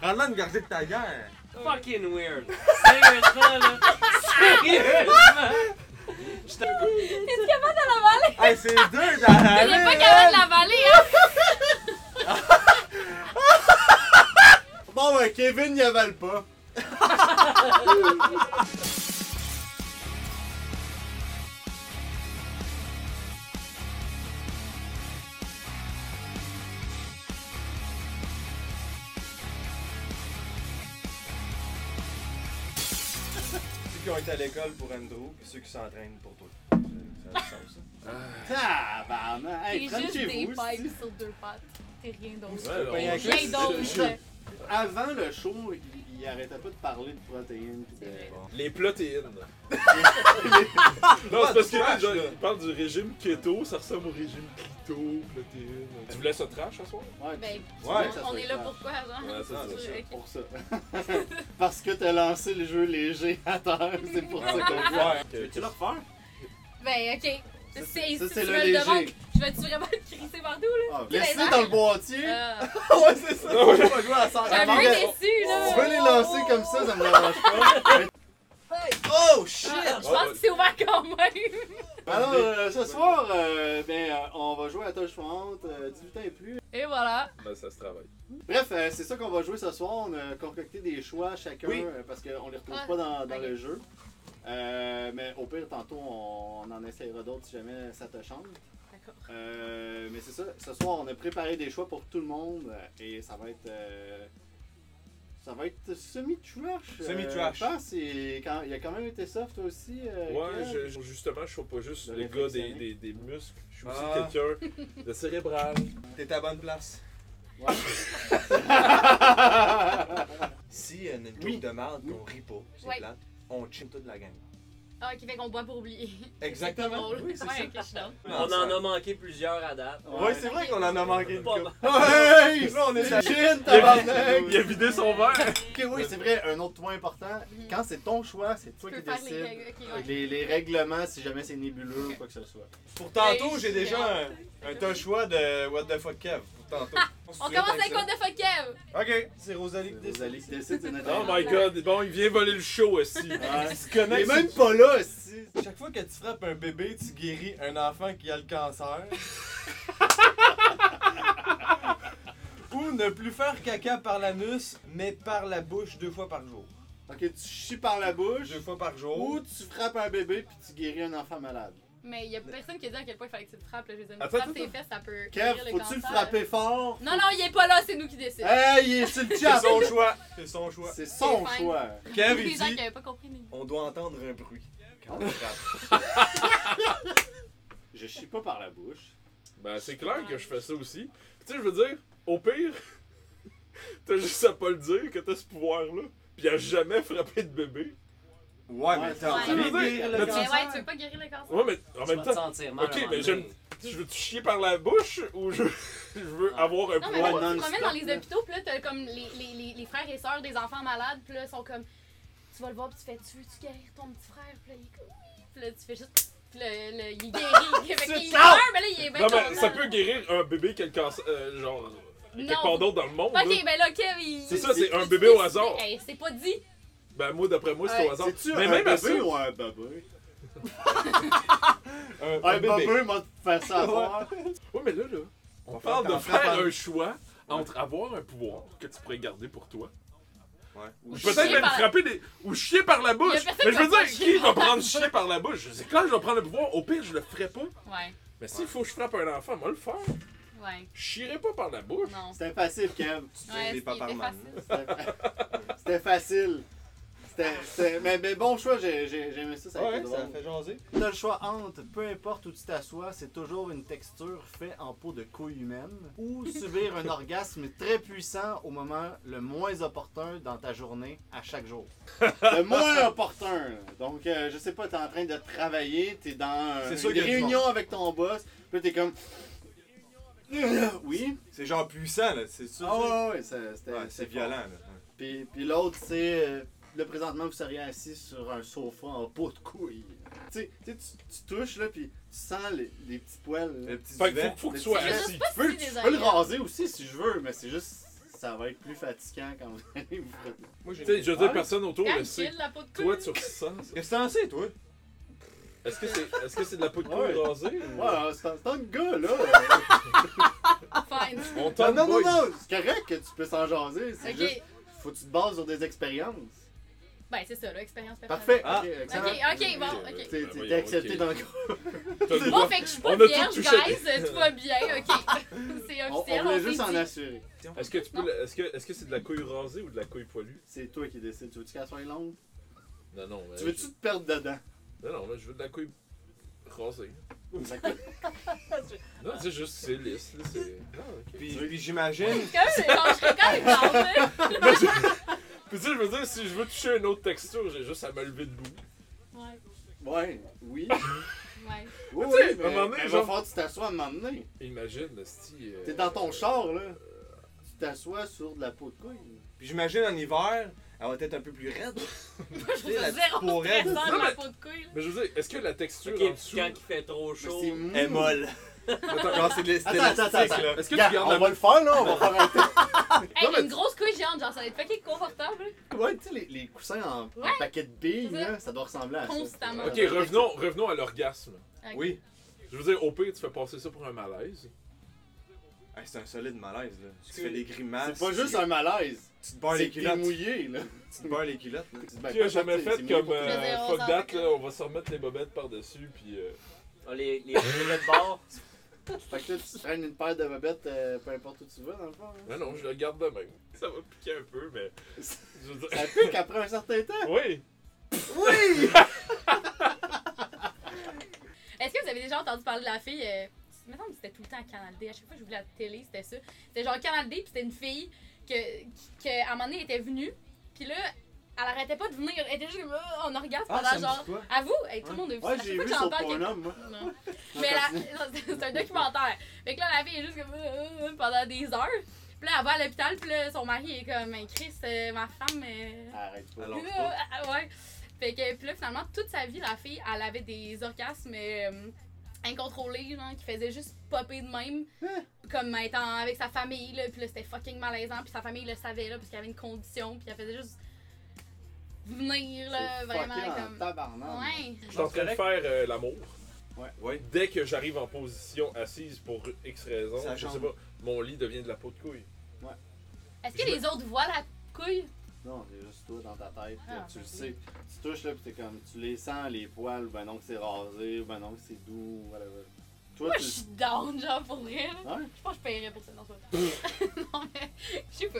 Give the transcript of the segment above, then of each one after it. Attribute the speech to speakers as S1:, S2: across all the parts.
S1: Regarde-la une gorgée de ta guerre.
S2: Fucking weird. Sérieusement, là. Sérieusement.
S3: T'es capable de l'avaler?
S1: Hey, c'est dur
S3: Elle
S1: d'aller.
S3: est pas capable de l'avaler, hein?
S4: Bon, ben, Kevin n'y avale pas.
S1: Ceux qui ont été à l'école pour Andrew, puis ceux qui s'entraînent pour toi. Ça a du sens, ça. Ah, bah,
S4: Tabarnak! Hey,
S3: T'es
S4: prends
S3: juste
S4: chez
S3: des
S4: vous. c'est-
S3: pipes sur deux pattes. T'es rien d'autre.
S2: Ouais, là, on-
S4: Ben,
S3: Rien d'autre.
S4: Avant le show, il, il arrêtait pas de parler de protéines. pis de-
S3: vrai.
S5: Les protéines. non, c'est parce que là, genre, il parle du régime keto, ça ressemble au régime clito, protéines. Tu voulais ça trash ce soir?
S4: Ouais,
S3: Ben,
S4: tu- tu
S1: Ouais,
S4: veux que ça
S3: on
S4: soit
S3: est là
S4: clair.
S3: pourquoi, genre?
S5: Ouais, ça,
S1: c'est
S3: Ok.
S4: Pour ça. Parce que t'as lancé le jeu léger à terre, c'est pour ça
S3: Ah,
S4: que.
S1: Ouais.
S5: Que-
S4: Veux-tu le refaire?
S3: Ben, ok.
S4: Ça,
S3: C'est
S4: ça,
S3: si
S4: c'est
S3: tu
S4: le
S3: me le demandes,
S4: léger.
S3: je vais-tu vraiment te crisser partout,
S4: Ah,
S3: Tu
S4: Laisse-les
S3: les
S4: dans le Ah, boîtier!
S3: là? ben, Euh,
S4: ouais, c'est ça! On va jouer à ça.
S3: J'ai un
S4: Avant
S3: peu
S4: de-
S3: déçu, là.
S4: Tu veux les lancer comme ça, ça me dérange pas. Mais- Oh shit!
S3: Ah, Je pense que c'est ouvert quand même.
S4: Alors, euh, ce soir, euh, ben, euh, on va jouer à Touch Fente, 18 ans et plus.
S3: Et voilà.
S5: Ben, ça se travaille.
S4: Bref, euh, c'est ça qu'on va jouer ce soir. On a concocté des choix chacun
S1: Oui.
S4: euh, parce qu'on les retrouve
S3: Ah,
S4: pas dans, dans
S3: ok.
S4: le jeu. Euh, mais au pire, tantôt, on, on en essayera d'autres si jamais ça te chante.
S3: D'accord.
S4: Euh, mais c'est ça, ce soir, on a préparé des choix pour tout le monde euh, et ça va être. euh, ça va être semi-trash. euh,
S1: Semi-trash.
S4: je pense, et quand- il a quand même été soft aussi. euh,
S5: Ouais,
S4: Kev.
S5: je- je- justement, je suis pas juste
S4: Le
S5: le gars des, des,
S4: réflexionné.
S5: des muscles. Je suis aussi
S1: Ah.
S5: quelqu'un de cérébral.
S1: T'es à la bonne place.
S4: Ouais.
S1: Si y a une joke
S4: Oui.
S1: de merde
S4: Oui.
S1: qu'on rit pas, c'est
S3: Ouais.
S1: plate, on chill toute la gang.
S3: Ah, qui fait qu'on boit pour oublier.
S1: Exactement.
S3: Drôle.
S1: Oui, c'est
S3: ouais,
S1: ça.
S3: ok, je suis down.
S2: On en a manqué plusieurs à date.
S1: Ouais, c'est vrai qu'on en a manqué une
S2: Pas
S1: couple.
S2: mal.
S4: Hey!
S1: Là, on est à-
S4: Gin, tabarnak!
S5: Il a vidé son verre.
S4: Ok, oui, c'est vrai, un autre point important.
S3: Mhm.
S4: Quand c'est ton choix, c'est
S3: Tu
S4: toi qui
S3: peux faire les
S4: décides.
S3: règles. ok, ouais.
S4: Les, les règlements, si jamais c'est nébuleux ou quoi que ce soit.
S1: Pour tantôt,
S3: Hey,
S1: j'ai déjà un, un tas choix de What the fuck Kev. Pour tantôt.
S3: On commence avec compte de fuck Kev.
S1: Ok, c'est Rosalie qui
S4: Vous
S1: décide.
S4: allez qui décide, c'est notre
S5: Oh my god, bon, il vient voler le show aussi.
S4: Ouais.
S1: Tu
S4: Il est
S1: connectes.
S4: même pas là, aussi.
S1: Chaque fois que tu frappes un bébé, tu guéris un enfant qui a le cancer. Ou ne plus faire caca par l'anus, mais par la bouche deux fois par jour.
S4: Ok, tu chies par la bouche,
S1: Deux fois par jour.
S4: ou tu frappes un bébé puis tu guéris un enfant malade.
S3: Mais il y a personne qui a dit à quel point il fallait que tu le frappes. Là. Je veux dire,
S5: Attends,
S3: frappe
S5: attends,
S3: tes fesses, ça peut.
S4: Kev,
S3: guérir
S4: faut-tu le
S3: cancer.
S4: frapper Ah, fort?
S3: Non, non, il est pas là, c'est nous qui décidons.
S4: Hey, il est sur le chat!
S1: choix. C'est son choix.
S4: C'est son
S3: C'est fine.
S4: choix.
S1: Kev,
S3: les
S1: il
S3: gens qui
S1: dit
S3: n'avaient pas compris. Mais...
S1: on doit entendre un bruit quand on frappe.
S4: Je chie pas par la bouche.
S5: Ben, c'est clair que je fais ça aussi. Tu sais, je veux dire, au pire, t'as juste à pas le dire que t'as ce pouvoir-là. Pis à jamais frappé de bébé.
S1: Ouais, mais
S4: Ouais,
S1: attends,
S3: ouais.
S1: ça veut
S4: Mais
S1: dire
S4: tu-
S1: le
S3: Mais ouais,
S1: cancer.
S3: tu veux pas guérir le cancer?
S5: Ouais, mais en
S2: Tu
S5: même
S2: vas te
S5: temps,
S2: sentir mal.
S5: Ok,
S2: à un moment
S5: mais
S2: donné.
S5: j'aime- je veux-tu chier par la bouche ou je, je veux avoir un
S3: Ah. Non, mais
S5: pouvoir?
S4: Ouais,
S3: quand tu te
S4: non,
S3: promènes dans
S4: stop,
S3: les
S4: là.
S3: hôpitaux, pis là, t'as comme les, les, les, les frères et sœurs des enfants malades, pis là, ils sont comme. Tu vas le voir, pis tu fais, tu veux-tu guérir ton petit frère? Pis là, il est comme, oui. Pis là, tu fais juste. Pis là, là, il est guéri. Fait qu'il
S4: C'est
S3: meurt, mais là, il est bien
S5: Non, mais ça
S3: content.
S5: peut guérir un bébé qui a le cancer, euh, genre, quelque
S3: Non.
S5: part d'autre dans le monde. là.
S3: Ok, ben là, Kev, il.
S5: C'est ça, c'est un
S3: il-
S5: bébé
S3: il-
S5: au hasard.
S3: Hey, c'est pas dit.
S5: Ben, moi, d'après moi, c'est au hasard.
S4: C'est-tu
S5: Mais
S4: un
S5: même à ça,
S4: bébé ou un bébé?
S1: Un-
S4: Un
S1: Euh, Un bébé.
S4: bébé m'a fait ça avoir.
S5: Ouais, mais là, là, on
S1: On
S5: parle de
S1: parle
S5: faire
S1: d'enfant.
S5: un choix entre avoir un pouvoir que tu pourrais garder pour toi.
S1: Ouais.
S5: Ou
S3: chier
S5: peut-être même
S3: par la-
S5: frapper des. Ou chier par la
S3: Il
S5: bouche.
S3: y a personne
S5: Mais je
S3: qui va
S5: veux dire,
S3: pas
S5: qui
S3: chier
S5: va
S3: par la
S5: prendre chier par la bouche? C'est clair, je vais prendre le pouvoir. Au pire, je le ferai pas.
S3: Ouais,
S5: Mais s'il faut que je frappe un enfant, moi le faire.
S3: ouais.
S5: Je chierai pas par la bouche.
S3: Non.
S4: C'était facile, Kev.
S1: Tu
S3: Ouais,
S1: deviens des
S3: c'est
S1: paparmans.
S3: facile.
S4: C'était- C'était facile. C'était, c'était- mais, mais bon choix, j'ai, j'ai- j'aimais ça, ça a été
S1: Ouais,
S4: drôle.
S1: ça fait jaser.
S4: T'as le choix entre, peu importe où tu t'assois, c'est toujours une texture faite en peau de couille humaine, ou subir un orgasme très puissant au moment le moins opportun dans ta journée, à chaque jour. Le moins opportun! Donc, euh, je sais pas, t'es en train de travailler, t'es dans
S1: C'est
S4: euh,
S1: sûr
S4: une
S1: qu'il y a du
S4: réunion avec ton boss, puis t'es comme... Oui?
S1: C'est genre puissant, là. C'est sûr.
S4: Ah ouais, ouais, ça- c'était-
S1: Ouais,
S4: c'était
S1: c'est
S4: fort.
S1: violent, là.
S4: Puis, puis l'autre, c'est euh, le présentement, vous seriez assis sur un sofa en pot de couille. Tu sais, tu, sais, tu- tu touches là, puis tu sens les, les petits poils. là.
S1: Le petit
S5: Fait que
S1: duvet.
S5: faut, faut que
S4: Mais
S5: tu sois
S4: tu
S3: C'est
S4: sais,
S5: assis.
S3: juste pas
S4: Je peux,
S3: si
S4: je peux le
S3: désagréable.
S4: raser aussi si je veux, mais c'est juste. Ça va être plus fatigant quand vous allez vous frotter.
S1: Moi, j'ai
S5: Tu
S1: une
S5: sais, je veux dire,
S1: Ah,
S5: personne autour le sait.
S3: Tranquille, la peau de
S5: Toi,
S3: couille.
S5: tu ressens ça.
S1: Qu'est-ce que t'en sais, toi?
S5: Est-ce que c'est est -ce c'est de la peau de couille
S4: Ouais.
S5: rasée? ou-
S4: Ouais, euh, c'est un c'est un gars, là.
S3: Fine.
S5: On
S4: Ah,
S5: tombe,
S4: non, non,
S5: boys.
S4: non, c'est correct que tu peux s'en jaser. C'est
S3: Ok.
S4: juste, faut que tu te bases sur des expériences.
S3: Ben, c'est ça, là, expérience personnelle.
S4: Parfait.
S1: Ah.
S4: Ok, excellent.
S3: Ok, ok, bon,
S5: Ok.
S3: ok.
S4: T'es-
S5: Ben
S4: t'es- T'es
S5: voyons,
S4: accepté
S5: ok.
S4: dans le groupe.
S5: T'as le
S3: Bon,
S5: droit.
S3: fait que je suis
S5: On a
S3: pas
S5: tout
S3: vierge,
S5: touché.
S3: guys. Tout va bien, ok. C'est
S4: On, on
S3: officiel.
S4: voulait
S3: s'est
S4: juste en
S3: dit.
S4: assurer.
S5: Est-ce que tu peux. le- Est-ce que est-ce que c'est de la couille rasée ou de la couille poilue?
S4: C'est toi qui décides. Tu veux-tu qu'elle soit longue?
S5: Non, non. mais
S4: Tu veux-tu te perdre dedans?
S5: je- Non, non, mais je veux de la couille rasée.
S4: D'accord.
S5: Non, c'est juste, c'est lisse. là, c'est- Ah, ok.
S1: Puis, puis j'imagine.
S3: Quand même, genre, je serais quand même grande, là.
S5: Puis tu sais, je veux dire, si je veux toucher une autre texture, j'ai juste à me lever debout.
S3: Ouais,
S4: Ouais, oui.
S3: ouais.
S4: Oui,
S5: Tu sais,
S4: mais,
S5: à un moment donné,
S4: mais va
S5: genre-
S4: falloir que tu t'assoies à m'emmener.
S5: Imagine, euh. si.
S4: T'es dans ton char, là. Tu t'assois sur de la peau de couille.
S1: Puis j'imagine en hiver, elle va être un peu plus raide.
S3: Moi, je trouve ça
S1: la petite
S3: zéro
S1: pourrette.
S3: stressant,
S5: Non,
S3: la
S5: mais-
S3: peau de couille, là.
S5: Mais je veux dire, est-ce que la texture en
S2: Ok,
S5: dessous.
S2: quand il fait trop
S4: Mais
S2: chaud.
S4: c'est mou.
S1: Elle est molle. Genre, c'est de l'é- c'est
S4: Attends, attends,
S1: élastique,
S4: attends.
S1: là.
S5: Est-ce que
S4: Regarde,
S5: tu gardes
S4: on
S5: la
S4: va le faire, là. On va faire un test.
S3: Hey,
S5: Non, mais-
S3: une grosse couille géante, genre, ça va être fucking confortable, là.
S4: Ouais, tu sais, les, les coussins en, en
S3: Ouais.
S4: paquet de billes,
S3: C'est ça.
S4: là, ça doit ressembler à ça.
S3: Constamment.
S5: Ok, revenons, revenons à l'orgasme.
S1: Oui.
S5: Je veux dire, au pire, tu fais passer ça pour un malaise.
S1: Hey, c'est un solide malaise, là. Tu
S2: C'est-
S1: fais des grimaces.
S4: C'est pas
S1: tu-
S4: juste un malaise.
S1: Tu te barres
S4: C'est
S1: les
S4: que t'es
S1: culottes.
S4: mouillé, là.
S1: Tu te barres les culottes, là.
S4: Ben,
S5: Tu as jamais
S4: c'est- c'est
S5: fait
S4: mouillé
S5: comme
S4: pour tout le
S5: euh,
S4: monde.
S3: plaisir, on
S5: fuck
S3: s'en
S5: that,
S3: fait.
S5: là, on va se remettre les bobettes par-dessus, puis. euh,
S2: Ah, les, les filets de bord.
S4: Fait que là, tu traînes une paire de bobettes, euh, peu importe où tu vas, dans le fond. hein.
S5: Non, non, je le garde de même. Ça va piquer un peu, mais. Je veux dire.
S4: Ça pique après un certain temps.
S5: Oui!
S3: Est-ce que vous avez déjà entendu parler de la fille euh, Il me semble que c'était tout le temps à Canal D. À chaque fois que je voulais la télé, c'était ça. C'était genre Canal D, puis c'était une fille que, que, à un moment donné, était venue. Puis là, elle arrêtait pas de venir. Elle était juste euh, en orgasme
S1: Ah, ça
S3: pendant
S1: me
S3: genre.
S1: dit quoi?
S3: À vous Hey, Tout le monde a vu ça. À
S4: Ouais,
S3: chaque
S4: j'ai
S3: fois
S4: vu
S3: que j'en
S4: sur
S3: parle, quelqu'un-
S4: Pornhub, moi.
S3: Non. Mais la... c'est un documentaire. Fait que là, la fille est juste comme euh, euh, pendant des heures. Puis là, elle va à l'hôpital, puis là, son mari est comme Mais Chris, euh, ma femme. euh,
S4: Arrête pas.
S1: Alors-
S3: Puis là, ah, ouais. Fait que, puis là, finalement, toute sa vie, la fille, elle avait des orgasmes euh, incontrôlés, genre, qui faisaient juste popper de même.
S4: Hein?
S3: Comme étant avec sa famille, là, puis là, c'était fucking malaisant, puis sa famille le savait, là, parce qu'il y avait une condition, puis elle faisait juste venir, là,
S4: C'est
S3: vraiment,
S4: fucké en
S3: comme.
S4: tabarnak.
S3: Ouais.
S5: Je suis en train de faire euh, l'amour.
S1: Ouais.
S5: Dès que j'arrive en position assise pour X raison,
S1: Ça
S5: je sais
S1: change.
S5: pas, mon lit devient de la peau de couille.
S3: Est-ce que
S5: Je
S3: les autres voient la couille?
S4: Non, c'est juste toi dans ta tête,
S3: Ah,
S4: là, tu le
S3: ok.
S4: sais. Tu touches là, pis t'es comme, tu les sens, les poils, ben non que c'est rasé, ben non que c'est doux, whatever. Toi,
S3: Moi,
S4: tu hein?
S3: je suis down, genre, pour elle.
S4: Ouais.
S3: Je pense que je paierais pour ça, non, c'est pas vrai. Non, mais, je sais pas.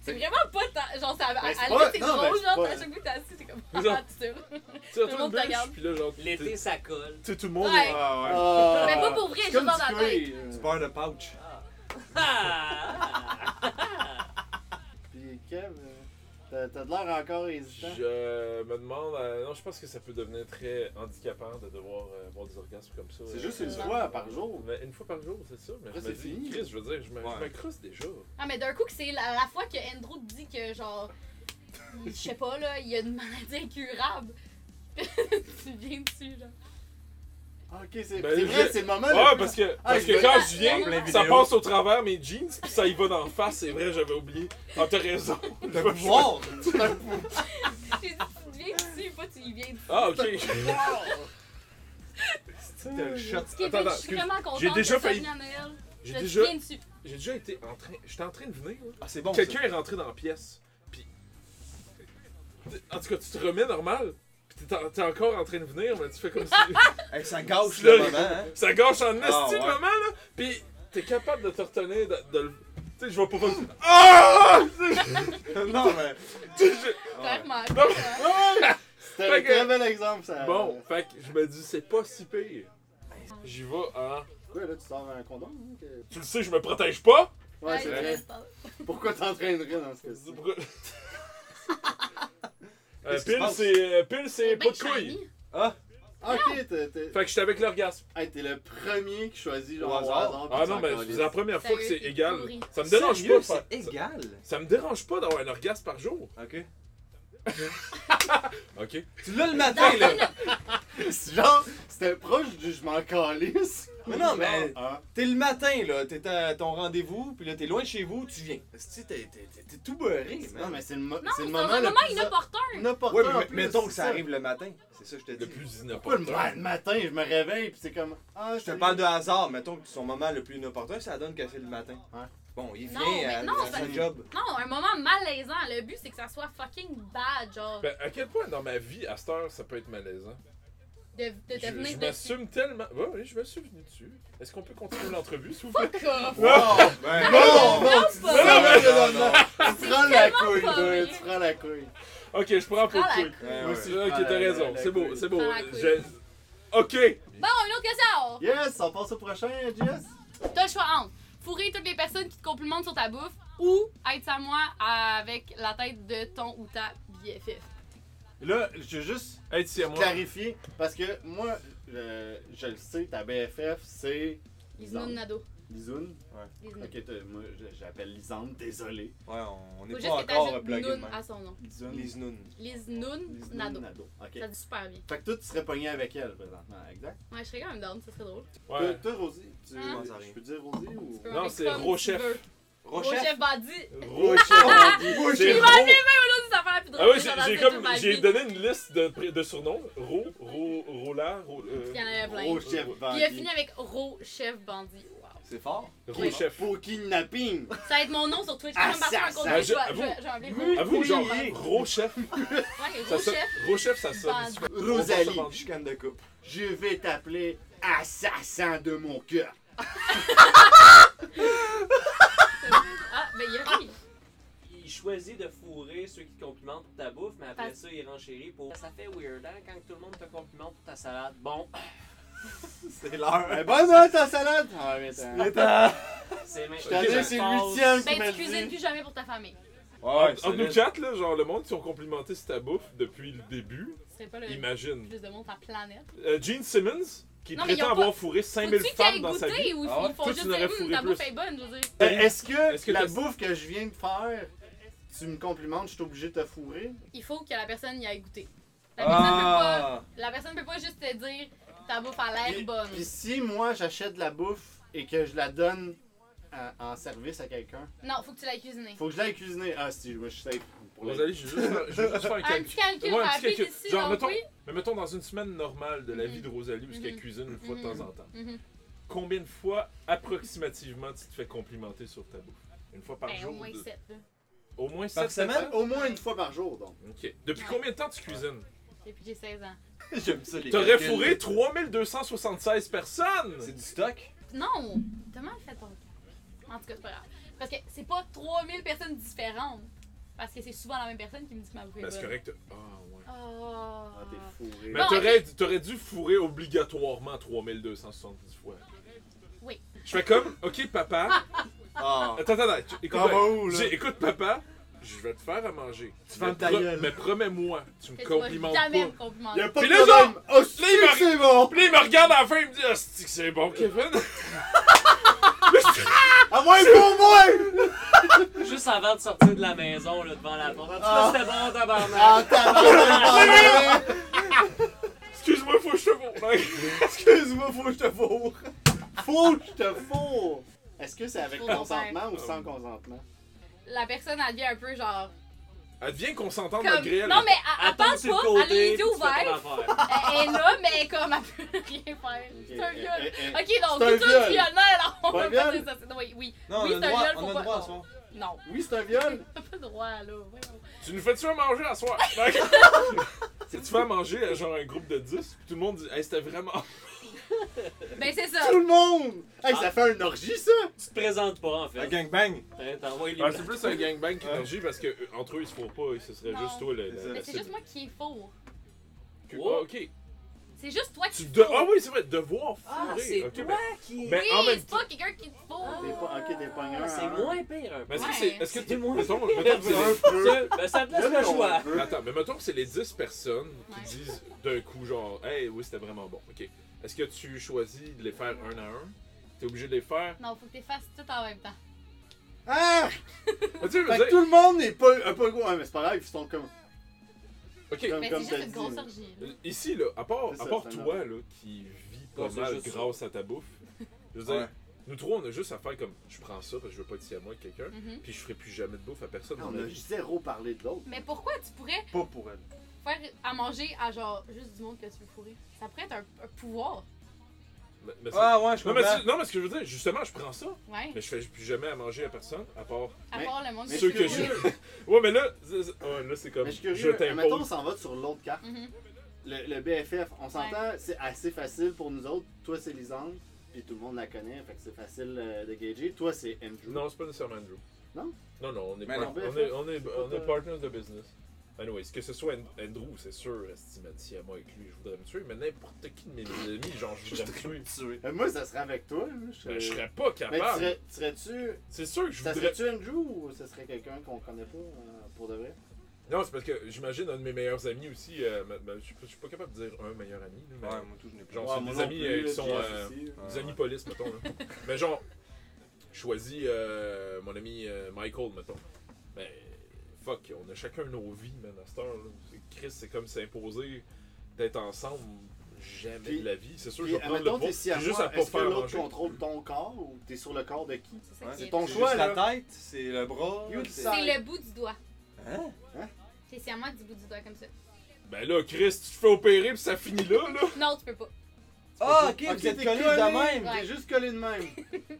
S3: C'est vraiment pas ta... Genre, ça, à,
S4: Ben, c'est
S3: à
S4: pas-
S3: l'été, c'est
S4: non, ben,
S3: drôle,
S4: c'est
S3: genre,
S4: pas-
S3: à chaque fois que t'es assis, t'es comme,
S5: Non.
S3: ah, tu sais.
S5: Tu sais,
S3: Tout le
S5: toi, une
S3: monde te
S5: bûche,
S3: regarde.
S5: puis là, genre.
S2: L'été,
S5: t'es-
S2: ça colle.
S5: Tu sais, tout le monde.
S3: Ouais.
S5: Ah, ouais.
S4: Ah,
S3: Mais pas pour vrai,
S4: c'est
S3: je
S4: comme
S3: vais
S4: du
S3: dans la
S4: cuir. euh.
S1: Tu barres le pouch.
S2: Ah!
S4: Pis Kev, euh, t'as- t'as de l'air encore hésitant.
S5: Je me demande. euh, non, je pense que ça peut devenir très handicapant de devoir euh, avoir des orgasmes comme ça.
S4: C'est
S5: euh,
S4: juste une
S5: euh,
S4: fois par jour.
S5: Mais une fois par jour, c'est ça. Mais
S4: Après,
S5: je me
S4: c'est
S5: dis,
S4: fini.
S5: Chris, je veux dire, je me, je
S1: Ouais.
S5: me crosse déjà.
S3: Ah, mais d'un coup, que c'est la, la fois que Andrew te dit que, genre, je sais pas, là, il y a une maladie incurable. tu viens dessus, genre.
S4: Ah, ok, c'est
S5: Ben,
S4: c'est
S5: je-
S4: vrai, c'est le moment.
S5: Ouais, parce que, parce
S4: Ah, je
S5: que
S4: vais-
S5: quand je
S3: Ah,
S5: viens,
S1: plein
S5: ça
S1: vidéo.
S5: passe au travers mes jeans, puis ça y va d'en face. C'est vrai, j'avais oublié. Ah, t'as raison.
S1: T'as pu voir!
S3: J'ai dit, tu viens dessus, pas tu y viens dessus.
S5: Ah, ok.
S1: T'as le shot.
S3: Ce qui est
S5: Attends,
S3: fait que je suis
S5: attends, excuse.
S3: vraiment contente
S5: J'ai déjà
S3: que ça
S5: failli-
S3: vienne à Noël.
S5: J'ai
S3: Je
S5: déjà,
S3: viens dessus.
S5: j'ai déjà été en train. J'étais en train de venir. là.
S1: Ah, c'est bon.
S5: Quelqu'un est rentré dans la pièce, puis. En tout cas, tu te remets normal, puis t'es, en- t'es encore en train de venir, mais tu fais comme si.
S1: ça. Hey, ça gâche
S5: Le-
S1: le moment, hein.
S5: ça gâche en esti
S1: Ah, ouais.
S5: le moment, là! Puis t'es capable de te retenir, de, de le. Tu sais, je vais pas faire. Ah!
S1: non, mais.
S5: Tu sais, je-
S4: Ah.
S3: Clairement.
S4: C'était un
S5: Fait que-
S4: très bel exemple,
S1: Euh.
S4: ça.
S5: Bon, fait que je me dis, c'est pas si pire. J'y vais en.
S4: Pourquoi là, tu sors un condom hein, que-
S5: Tu le sais, je me protège pas!
S4: Ouais, c'est
S3: Ouais,
S4: vrai.
S3: c'est ça.
S4: Pourquoi t'entraînerais dans ce cas-ci
S5: Pourquoi- Euh,
S1: Qu'est-ce qui se
S5: pile,
S1: passe?
S5: c'est, euh, pile, c'est pas
S3: Ben,
S5: de couilles!
S3: shiny.
S1: Ah!
S4: Ah, Ok, t'es t'es-
S5: Fait que j'étais avec l'orgasme.
S4: hey, t'es le premier qui choisit genre
S1: Au
S4: au
S1: hasard.
S4: hasard,
S5: Ah
S4: puis
S5: non,
S4: tu
S5: mais c'est
S4: en calisses.
S5: la première fois que
S3: Sérieux,
S5: c'est
S3: t'es
S5: égal.
S3: pourri.
S5: Ça me dérange
S1: Sérieux,
S5: pas. ça-
S1: C'est égal!
S5: Ça me dérange pas d'avoir un orgasme par jour.
S1: Ok.
S5: Ok.
S1: Tu l'as le matin, là!
S4: C'est Genre, c'était proche du je m'en calisse.
S1: Mais non, mais-
S4: Ah,
S1: T'es le matin, là, t'es à ton rendez-vous, puis là, t'es loin de chez vous, tu viens. Esti, T'es t'es- t'es- t'es tout beurré,
S4: non,
S1: eh, man.
S4: mais c'est le, mo-
S3: Non,
S4: c'est
S3: c'est
S4: le
S3: dans
S4: moment.
S3: un
S4: le
S3: moment
S4: plus
S3: inopportun.
S4: inopportun
S1: Ouais,
S4: en
S1: mais
S4: plus,
S1: mettons que
S4: c'est
S1: ça arrive le matin. C'est ça que je te
S5: Le
S1: dis.
S5: plus
S4: Pas le
S5: inopportun.
S4: ma- le matin, je me réveille, puis c'est comme. Ah,
S1: Je te
S4: salut.
S1: parle de hasard, mettons que son moment le plus inopportun, ça donne que c'est le matin.
S4: Ouais.
S1: Bon, il vient
S3: Non, mais
S1: à,
S3: non,
S1: à
S3: ça-
S1: son job.
S3: Non, un moment malaisant. Le but, c'est que ça soit fucking bad, genre.
S5: Ben, à quel point dans ma vie, à cette heure, ça peut être malaisant?
S3: De, de
S5: Je,
S3: devenir.
S5: je m'assume tellement. Ouais, oui, je m'assume venu dessus. Est-ce qu'on peut continuer l'entrevue, s'il vous plaît?
S3: Fuck off!
S1: Wow!
S4: Non,
S1: Ben,
S4: non,
S3: non,
S4: non,
S3: pas.
S4: non,
S5: mais-
S4: non, non, non. Tu
S3: C'est
S4: prends la
S3: tellement
S4: couille,
S3: pas
S4: toi,
S3: vrai.
S4: tu prends la couille.
S5: Ok, je prends pour
S3: Prends la
S5: quick.
S3: couille.
S1: Ouais,
S5: Moi aussi,
S4: ouais.
S5: ok,
S4: Prends la-
S5: t'as raison.
S4: la
S5: C'est beau,
S4: couille.
S5: c'est beau.
S3: Prends la couille.
S5: J'ai- Ok!
S3: Bon, une autre question!
S4: Yes, on passe au prochain, Jess.
S3: T'as le choix entre fourrer toutes les personnes qui te complimentent sur ta bouffe ou être sans moi avec la tête de ton ou ta BFF.
S4: Là, je veux juste
S5: Hey, tu sais, moi.
S4: clarifier, parce que moi, je, je le sais, ta BFF, c'est
S3: Isnone Nado.
S4: Lisoun. Ouais.
S3: Isnone.
S4: Ok, t'as- moi, je- j'appelle Lisande, désolé.
S1: ouais, on n'est
S3: Faut
S1: pas
S3: juste que
S1: encore
S3: t'ajoutes
S1: plugué de
S3: Noun
S1: même.
S3: à son nom.
S4: Lisoun.
S1: Les nounes.
S3: Lisnoun Nado.
S4: Nado. Ok.
S3: Ça dit super bien.
S4: Fait que toi, tu serais pogné avec elle présentement, exact.
S3: Ouais, je serais quand même down, ça serait drôle.
S5: Ouais.
S4: Toi, toi, Rosie, tu,
S3: Hein?
S1: Non, ça
S4: je
S1: arrive.
S4: peux dire Rosie ou.
S3: Tu peux
S5: Non,
S3: avec
S5: c'est
S3: comme tu
S5: Rochef.
S3: veux.
S1: Rochef!
S3: Rochef Badi.
S5: Rochef!
S3: Il
S5: C'est
S3: m'a
S5: Ro-
S3: appelé même une autre affaire plus drôle.
S5: Ah oui,
S3: que
S5: j'ai-
S3: j'en ai
S5: j'ai
S3: fait toute
S5: comme.
S3: ma
S5: J'ai
S3: vie.
S5: donné une liste de, pré- de surnoms. Ro, Ro, Rola, Ro, euh,
S3: Il y en avait plein.
S4: Gros chef
S5: Puis
S3: Puis il a
S4: bandit.
S3: fini avec Ro Chef Bandit. Wow.
S1: C'est fort.
S5: Rochef.
S4: Pour kidnapping.
S3: Ça va être mon nom sur Twitch. Quand
S4: Ah,
S3: même, parce
S4: ça,
S3: que
S4: ça,
S3: je vais-
S5: je-
S3: je vais- je vais appeler Ro.
S4: Oui.
S5: Avoue, genre,
S4: Oui.
S5: Rochef.
S3: Ouais,
S5: Ça
S3: Ro
S5: sonne-
S3: Chef.
S5: Rochef, ça sonne.
S3: Bandit.
S4: Rosalie,
S1: Je suis canne de coupe.
S4: je vais t'appeler assassin de mon cœur.
S3: Ah, ben il a ri.
S2: Il choisit de fourrer ceux qui te complimentent pour ta bouffe, mais après
S3: Parce-
S2: ça, il renchérit pour. Ça fait weird, hein, quand tout le monde te complimente pour ta salade. Bon,
S1: C'est
S4: Eh
S1: l'heure.
S4: bonne hein, ta salade! Ah, mais t'as-
S1: Il est temps.
S2: c'est maintenant.
S4: Je t'ai dit, c'est l'ultime
S3: Ben
S4: qui m'a
S3: tu
S4: dit.
S3: cuisines plus jamais pour ta famille.
S1: Ouais,
S5: en nous quatre, là, genre, le monde, qui ont complimenté sur ta bouffe depuis le début.
S3: C'est pas le
S5: Imagine.
S3: plus de monde en planète.
S5: Euh, Gene Simmons, qui
S3: Non, mais ils
S5: prétend
S3: ont
S5: avoir
S3: pas-
S5: fourré
S3: Faut-tu
S5: 5000
S3: qu'ils aillent
S5: femmes dans sa
S3: goûter
S5: vie.
S3: ou
S1: Ah ouais?
S3: ils font
S5: Toi, tu
S3: juste
S5: n'aurais
S3: dire hum,
S5: fourré
S3: ta bouffe
S5: plus.
S3: est bonne, je veux dire.
S4: Euh, Est-ce que,
S5: Est-ce que
S4: la
S5: t'as-
S4: bouffe que je viens de faire, tu me complimentes, je suis obligé de te fourrer?
S3: Il faut que la personne y aille goûter. La personne, peut
S1: Ah!
S3: pas, la personne peut pas juste te dire ta bouffe a l'air
S4: Puis-
S3: bonne.
S4: Puis si moi j'achète de la bouffe et que je la donne à- en service à quelqu'un,
S3: Non, faut que tu l'aies cuisinée.
S4: faut que je l'aille cuisiner. Ah si, moi je suis safe. Pour la-
S5: Rosalie, je vais juste faire- je vais juste faire un
S3: Un
S5: calcul.
S3: petit calcul
S5: Ouais, un petit
S3: rapide
S5: calcul.
S3: ici,
S5: Genre,
S3: donc
S5: mettons-
S3: oui.
S5: Mais mettons, dans une semaine normale de la
S3: Mhm.
S5: vie de Rosalie, où ce qu'elle
S3: Mhm.
S5: cuisine une fois de
S3: Mhm.
S5: temps en temps,
S3: Mhm.
S5: combien de fois, approximativement, tu te fais complimenter sur ta bouffe Une fois par
S3: Ben,
S5: jour
S3: au moins
S5: de-
S3: 7.
S5: Au moins
S1: Par
S5: sept
S1: semaine?
S4: Au moins une fois par jour donc.
S5: Ok. Depuis
S3: Ouais.
S5: combien de temps tu cuisines
S3: Depuis que j'ai 16 ans.
S1: J'aime ça, les
S5: T'aurais
S1: calculs.
S5: fourré 3276 personnes
S1: C'est du stock?
S3: Non! T'as mal fait ton calcul. En tout cas, c'est pas grave. Parce que c'est pas 3000 personnes différentes. Parce que c'est souvent la même personne qui me dit que ma bouffe est
S5: Ben,
S3: bonne.
S5: c'est correct. Ah, ouais.
S3: Oh.
S4: Ah, t'es fourré.
S5: Mais
S3: Non,
S5: t'aurais, t'aurais dû fourrer obligatoirement 3270 fois.
S3: Oui.
S5: Je fais comme, ok papa,
S1: Ah!
S5: attends, attends, attends, tu- écoute,
S4: T'en vas où,
S5: ben,
S4: là?
S5: j'ai- écoute papa, je vais te faire à manger. Tu
S1: Ferme
S5: vas
S1: ta gueule.
S5: Mais promets-moi,
S3: Que
S5: tu me
S3: tu vas
S5: complimentes
S3: jamais me
S5: pas.
S3: complimenter.
S4: Y'a pas de
S5: Puis là, genre,
S4: problème! Oh, si,
S5: il m'arrive-
S4: c'est bon!
S5: Puis là, il me regarde à la fin, il me dit, Asti que c'est bon Kevin.
S4: Ah ouais, pour moi!
S2: Ben, Juste avant de sortir de la maison, là, devant la porte.
S4: Ah.
S2: Ça, c'était bon,
S4: Ah,
S2: tabarnak.
S4: t'as pas le
S5: Excuse-moi, faut que je te fourre.
S1: Excuse-moi, faut que je te fourre!
S4: Faut que je te fourre! Est-ce que c'est avec
S3: Faut le
S4: consentement ou sans consentement?
S3: La personne, elle devient un peu genre.
S5: Elle devient consentante
S3: Comme...
S5: malgré elle.
S3: Non, mais elle, elle
S2: Attends
S3: pense
S2: sur le
S3: pas, elle a
S2: côté.
S3: les yeux
S2: puis tu fais ton
S3: ouverts.
S2: affaire.
S3: Elle est là, mais comme elle peut rien faire. C'est un
S4: eh,
S3: viol.
S4: eh, eh.
S3: Ok, donc,
S4: C'est un
S3: culture
S4: viol.
S3: violente, alors on
S4: Pas un
S3: va pas dire
S4: viol?
S3: ça. c'est- Oui, oui.
S1: Non, on
S3: Oui, c'est
S1: a
S3: un
S1: le droit,
S3: viol,
S1: on
S3: faut
S1: a
S3: pas-
S1: le droit à
S3: non.
S1: soir.
S3: Non.
S4: Oui, c'est un viol!
S3: T'as pas le droit, là. voyons.
S5: Tu nous fais-tu à manger à soir? tu fais à manger à genre un groupe de 10, puis tout le monde dit, hey, c'était vraiment.
S3: Ben, c'est ça.
S4: Tout le monde! Hey, ça fait un orgie, ça!
S2: Tu te présentes pas, en
S1: La
S2: fait.
S1: gangbang!
S2: T'as- T'as envoyé les
S5: Ah, c'est plus un gangbang qu'une
S1: Ouais.
S5: orgie parce que euh, entre eux ils se font pas, et ce serait
S3: Non.
S5: juste toi le. la-
S1: C'est ça.
S3: Mais
S5: la-
S3: c'est juste moi qui est faux.
S5: que-
S2: moi.
S5: Ah, ok.
S3: C'est juste toi
S5: Tu
S3: qui
S5: de...
S3: faux.
S5: Ah oui, c'est vrai, devoir
S2: Ah,
S5: fourrer.
S2: c'est
S5: Ok,
S2: toi
S5: ben-
S2: qui.
S5: ben,
S3: Oui,
S5: en même
S3: c'est
S5: temps.
S3: pas quelqu'un qui te faux.
S4: T'es pas, ok, t'es pas un
S2: Ah, C'est
S4: hein.
S2: moins pire, un peu.
S5: Mais est-ce que
S3: Ouais.
S5: c'est. Est-ce que
S2: C'est moins-
S5: Mettons, mettons que c'est les-
S4: Un peu.
S2: Ben, ça te laisse le choix.
S4: Ouais.
S5: Attends, mais mettons que c'est les 10 personnes qui
S3: Ouais.
S5: disent d'un coup, genre, hey, oui, c'était vraiment bon. Ok. Est-ce que tu choisis de les faire un à un T'es obligé de les faire.
S3: Non, faut que t'effaces tout en même temps.
S4: Ah!
S5: Mais tu sais, je veux
S4: Fait que
S5: dire-
S4: Ah. euh, tout le monde n'est pas, a pas le goût. Ah, mais c'est pas grave, ils sont comme.
S5: Ok,
S4: Comme-
S3: Mais
S4: comme
S3: Ben, c'est juste
S4: t'as
S3: une
S4: dit,
S3: grosse
S4: là.
S3: orgie. là.
S5: euh, ici, là, à part,
S4: C'est
S5: à
S4: ça,
S5: part
S4: c'est un
S5: toi, là, qui vis pas
S2: Ouais, c'est
S5: mal
S2: juste
S5: grâce à ta bouffe, je veux dire,
S1: Ouais.
S5: nous trois, on a juste à faire comme je prends ça parce que je veux pas être ici à moi que quelqu'un,
S3: Mhm.
S5: puis je ferai plus jamais de bouffe à personne. dans
S4: On
S5: ma
S4: a
S5: vie.
S4: zéro parlé de l'autre.
S3: Mais pourquoi tu pourrais
S4: Pas pour elle.
S3: faire à manger à genre juste du monde que tu veux fourrer? Ça pourrait être un, un pouvoir.
S5: Mais- mais c'est-
S1: Ah ouais, je
S5: non, mais
S1: comprends.
S5: c'est- non, mais ce que je veux dire, justement, je prends ça,
S3: Ouais.
S5: mais je fais plus jamais à manger à personne, à part
S3: À
S4: Mais-
S3: part le monde
S4: mais
S5: ceux
S4: je
S5: que
S4: suis
S5: je.
S4: curieux.
S5: ouais, mais là, c'est- c'est- ouais, là, c'est comme
S4: Mais je suis
S5: je
S4: curieux. Euh, Mettons, on
S5: t'impose.
S4: s'en va sur l'autre carte.
S3: Mhm.
S4: Le, le BFF, on s'entend, c'est assez facile pour nous autres. Toi, c'est Lisande, puis tout le monde la connaît, fait que c'est facile euh, de gager. Toi, c'est Andrew.
S5: Non, c'est pas nécessairement Andrew.
S4: Non?
S5: Non, non, on est,
S1: Mais
S5: par-
S1: non.
S5: on est, on est,
S4: pas
S5: on est
S4: ta-
S5: partners de business. Anyways, que ce soit An- Andrew, c'est sûr, estimate, si à moi avec lui, je voudrais me tuer, mais n'importe qui de mes amis, genre, je voudrais me tuer.
S4: Tuer. Euh, Moi, ça serait avec toi. là, Je
S5: Mais
S4: serais-
S5: Ben, je serais pas
S4: Mais tu
S5: capable.
S4: serais- tu serais-tu.
S5: C'est sûr que je
S4: Ça
S5: voudrais.
S4: serait-tu Andrew ou ça serait quelqu'un qu'on connaît pas euh, pour de vrai?
S5: Non, Ah, c'est parce que j'imagine un de mes meilleurs amis aussi. euh, ma- ma- je suis pas- je suis pas capable de dire un meilleur ami. là, mais-
S1: Ouais, moi tout, je n'ai plus.
S5: Genre,
S4: Ouais,
S5: c'est
S4: moi
S5: des
S4: non
S5: amis
S4: plus,
S5: euh,
S4: là,
S5: qui sont.
S4: Jeff
S5: euh,
S4: ici.
S5: Des amis police, mettons. là. Mais genre, je choisis euh, mon ami euh, Michael, mettons. Mais fuck, on a chacun nos vies, man, à cette heure. là. C'est- Chris, c'est comme s'imposer d'être ensemble jamais
S4: Puis-
S5: de la vie. C'est sûr,
S4: Puis,
S5: je vais prendre le
S4: admettons,
S5: pot.
S4: t'es si à
S5: C'est juste
S4: moi,
S5: à pas
S4: est-ce que
S5: faire
S4: l'autre
S5: manger.
S4: contrôle ton corps ou t'es sur le corps de qui?
S3: C'est ça
S1: Ouais,
S3: qui
S1: c'est
S3: est-
S4: ton
S1: C'est
S4: choix.
S1: juste
S4: là.
S1: la tête, c'est le bras.
S4: You
S1: c'est-
S4: decide.
S3: C'est le bout du doigt.
S1: Hein?
S3: J'ai sciemment du bout du doigt comme ça.
S5: Ben là, Chris, tu te fais opérer puis ça finit là, là.
S3: Non, tu peux pas.
S1: Ah, ok, vous
S4: t'es
S1: êtes collés
S4: collé.
S1: de même.
S3: Ouais.
S4: T'es juste collé de même.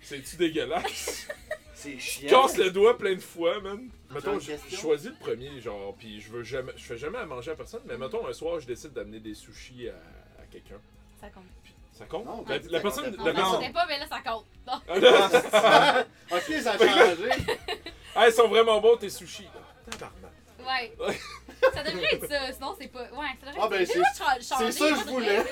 S5: C'est-tu dégueulasse?
S1: C'est chiant.
S5: casse le doigt plein de fois, man. Mettons,
S4: une
S5: je je
S4: question?
S5: choisis le premier, genre, puis je veux jamais, je fais jamais à manger à personne, mais mettons, un soir, je décide d'amener des sushis à, à quelqu'un.
S3: Ça compte.
S5: Puis, Ça compte?
S4: Non,
S5: la,
S4: t'as dit
S5: la
S4: ça
S5: personne,
S4: comptait
S5: la
S1: pas.
S5: personne...
S3: comptait pas, mais là, ça compte. Bon.
S5: Ah, là,
S4: ok, ça a changé.
S5: ah, ils sont vraiment bons, tes sushis. Tabarnak.
S3: Ouais.
S5: Ouais.
S3: ça devrait être ça, sinon c'est pas. Ouais, ça devrait
S4: Ah, ben,
S3: être
S4: c'est-
S3: C'est
S4: c'est ça que je voulais.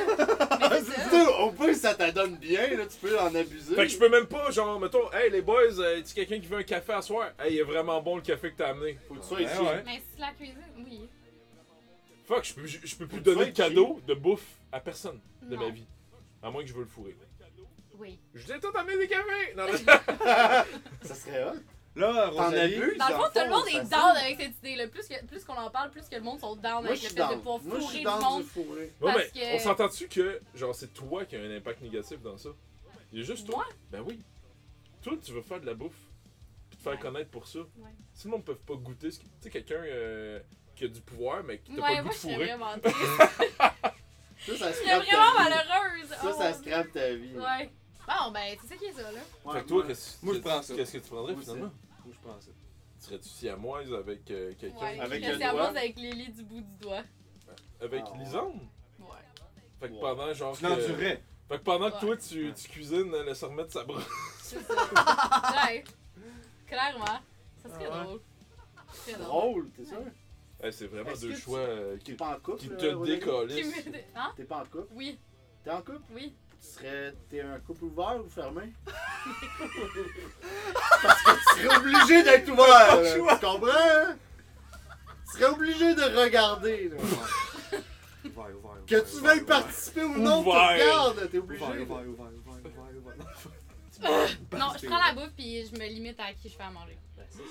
S4: Tout, Au plus, ça t'adonne bien, là, tu peux en abuser.
S5: Fait que je peux même pas, genre, mettons, hey les boys, euh, tu quelqu'un qui veut un café à soir? Hey, il est vraiment bon le café que t'as amené.
S4: Faut que tu sois
S1: Ouais,
S4: ici.
S1: ouais.
S3: Mais si la cuisine, oui.
S5: Fuck, je peux, je, je peux plus
S4: Faut
S5: donner de
S4: que tu sois
S5: cadeau de bouffe à personne de
S3: Non.
S5: ma vie. À moins que je veux le fourrer.
S3: Oui.
S5: Je viens tout amener des cafés! Non,
S1: Là,
S3: Oh
S5: non.
S4: Ça serait hot. T'en
S1: Rosalie.
S4: abuses,
S3: Dans le fond, tout le monde
S4: ça
S3: est
S4: se-
S3: down avec cette idée. Le plus, que- plus qu'on en parle, plus que le monde sont down
S4: Moi,
S3: avec
S4: je
S3: le
S4: suis
S3: fait
S4: dans.
S3: de pouvoir
S4: Moi, je
S3: fourrer le
S4: suis dans
S3: monde.
S4: du fourré.
S5: Ouais,
S3: Parce
S5: mais
S3: que-
S5: on s'entend-tu que, genre, c'est toi qui as un impact négatif dans ça? Il y a juste toi?
S3: Moi?
S5: Ben oui. Toi, tu veux faire de la bouffe. Puis te faire
S3: Ouais.
S5: connaître pour ça. Si le monde ne peut pas goûter, ce que- tu sais, quelqu'un euh, qui a du pouvoir, mais qui t'a pas
S3: Ouais,
S5: le goût
S3: moi,
S5: de
S3: je serais
S5: fourrer.
S3: vraiment triste.
S4: Ça, ça
S3: Je serais
S4: scrape
S3: vraiment
S4: ta vie.
S3: malheureuse.
S4: Ça,
S3: Oh.
S4: ça scrape ta vie.
S3: Ouais. Bon, ben, c'est ça qui est ça, là.
S4: Ouais,
S5: fait que toi,
S4: ouais.
S5: qu'est-ce
S1: Moi, je
S5: qu'est-ce-
S1: prends ça.
S5: Qu'est-ce que tu prendrais
S4: Moi aussi.
S5: finalement?
S1: Où je prends ça?
S5: Serais-tu siamoise avec euh, quelqu'un?
S3: Ouais.
S4: Avec
S3: je
S4: le
S3: suis amoureuse
S4: doigt.
S3: avec Lily du bout du doigt.
S5: Avec
S4: Ah ouais.
S5: Lisanne?
S3: Ouais.
S5: Fait que
S4: Ouais.
S5: pendant, genre.
S1: Je
S5: que-
S1: l'endurais.
S5: Fait que pendant que
S3: Ouais.
S5: toi, tu,
S4: Ouais.
S5: tu cuisines, elle se remet de sa brosse.
S3: C'est ça. ouais. Clairement. Ça serait
S1: Ah ouais.
S3: drôle. Ça serait drôle.
S4: Drôle, t'es sûr?
S5: Eh, c'est vraiment
S4: Est-ce
S5: deux
S4: que tu-
S5: choix euh,
S4: T'es
S5: qui,
S4: pas en couple?
S5: qui
S4: euh,
S5: te
S4: Rosalie?
S3: Qui
S5: décollissent.
S3: me- Hein?
S4: T'es pas en couple?
S3: Oui,
S4: T'es en couple?
S3: oui.
S4: Tu serais. T'es un couple ouvert ou fermé? Parce que tu serais obligé d'être ouvert!
S1: Pas le
S4: là.
S1: choix.
S4: Tu comprends? hein? Tu serais obligé de regarder, là.
S1: Ouvert, ouvert, ouvert,
S4: Que tu
S1: ouvert,
S4: veuilles
S1: ouvert.
S4: participer ou non, tu
S5: Ouvert.
S4: regardes, t'es obligé.
S1: Ouvert, ouvert,
S4: là.
S1: ouvert, ouvert, ouvert, ouvert.
S3: Non, je prends la bouffe puis je me limite à qui je fais à manger.
S2: Ben, c'est sûr.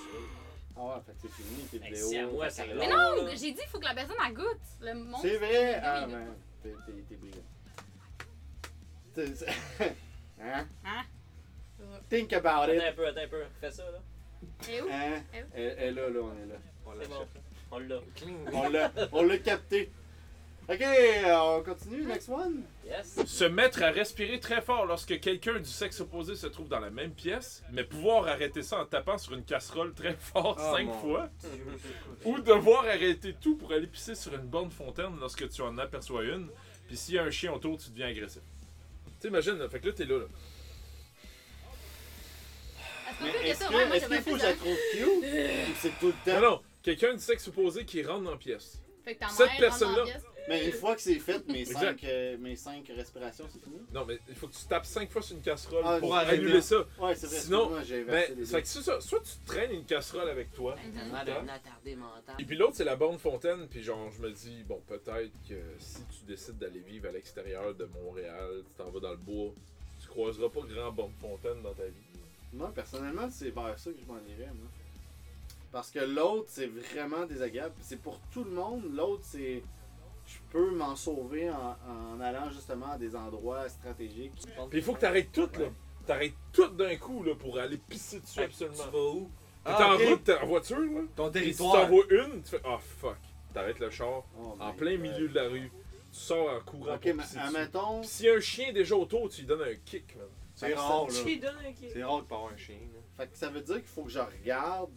S4: Ah ouais, fait que c'est fini, tes
S2: Fait que
S4: vidéos.
S2: si à moi,
S4: fait
S2: ça
S4: que-
S2: va.
S3: Mais
S2: Non,
S3: non,
S2: là.
S3: j'ai dit il faut que la personne elle goûte. Le monde.
S4: Oh. C'est vrai! Ah
S3: Oui,
S4: ben, t'es, t'es, t'es brillant. T'es- c'est- hein? Think about
S2: Attends
S4: it.
S2: un peu, attends un peu. Fais ça, là.
S3: Et où?
S4: Hein? Elle, elle est là, là, on est là.
S1: On
S2: C'est bon.
S1: l'achète.
S2: On l'a.
S4: On l'a, on l'a capté. Ok, on continue,
S3: Hein?
S4: next one.
S2: Yes.
S5: Se mettre à respirer très fort lorsque quelqu'un du sexe opposé se trouve dans la même pièce, mais pouvoir arrêter ça en tapant sur une casserole très fort
S1: Oh
S5: cinq
S1: mon
S5: fois,
S1: Dieu, c'est quoi?
S5: ou devoir arrêter tout pour aller pisser sur une borne fontaine lorsque tu en aperçois une, puis s'il y a un chien autour, tu deviens agressif. T'imagines, là, fait que là, t'es là, là.
S3: Est-ce qu'on
S4: Mais
S3: peut que
S4: est-ce
S3: ça?
S4: que-
S3: Ouais, moi
S4: est-ce
S3: j'avais
S4: qu'il
S3: fait
S4: faut que je la
S3: ça.
S4: trouve cute? Ou C'est tout le
S5: Non,
S4: temps.
S5: non, quelqu'un du sexe opposé qui rentre dans la pièce.
S3: Fait que ta
S5: Cette
S3: mère rentre dans
S5: personne-là.
S3: la pièce.
S4: Mais une fois que c'est fait, mes
S5: Exact.
S4: 5 mes cinq respirations, c'est fini.
S5: Non, mais il faut que tu tapes cinq fois sur une casserole
S4: Ah,
S5: pour
S1: c'est
S5: annuler
S1: bien.
S5: ça.
S4: Ouais, c'est vrai.
S5: Sinon,
S4: moi j'ai inversé
S5: Ben,
S4: les
S5: fait
S4: deux.
S5: que c'est ça, soit tu traînes une casserole avec toi,
S3: Mhm.
S2: Mal un attardé mental.
S5: Et puis l'autre, c'est la borne fontaine. Puis genre, je me dis, bon, peut-être que si tu décides d'aller vivre à l'extérieur de Montréal, tu t'en vas dans le bois, tu croiseras pas grand borne fontaine dans ta vie.
S4: Moi, personnellement, c'est vers ça que je m'en irais, moi. Parce que l'autre, c'est vraiment désagréable. Puis C'est pour tout le monde. L'autre, c'est. Je peux m'en sauver en, en allant justement à des endroits stratégiques.
S5: Puis il faut que t'arrêtes tout, là. T'arrêtes tout d'un coup, là, pour aller pisser dessus,
S6: Hey,
S5: absolument.
S6: Tu vas où?
S5: T'es
S6: Ah,
S5: en
S6: ok.
S5: route, t'es en voiture, là.
S6: Ton
S5: Puis si
S6: territoire.
S5: t'en vois une, tu fais Ah fuck. T'arrêtes le char
S4: Oh
S5: en
S4: my
S5: plein
S4: God.
S5: milieu de la rue. Tu sors en courant
S4: Ok,
S5: pour
S4: mais
S5: pisser dessus.
S4: admettons.
S5: Puis s'il y a un chien déjà autour, tu lui donnes un kick, man.
S4: C'est rare, là.
S2: J'ai donné un kick.
S6: C'est rare de pas avoir un chien. là.
S4: Fait que ça veut dire qu'il faut que je regarde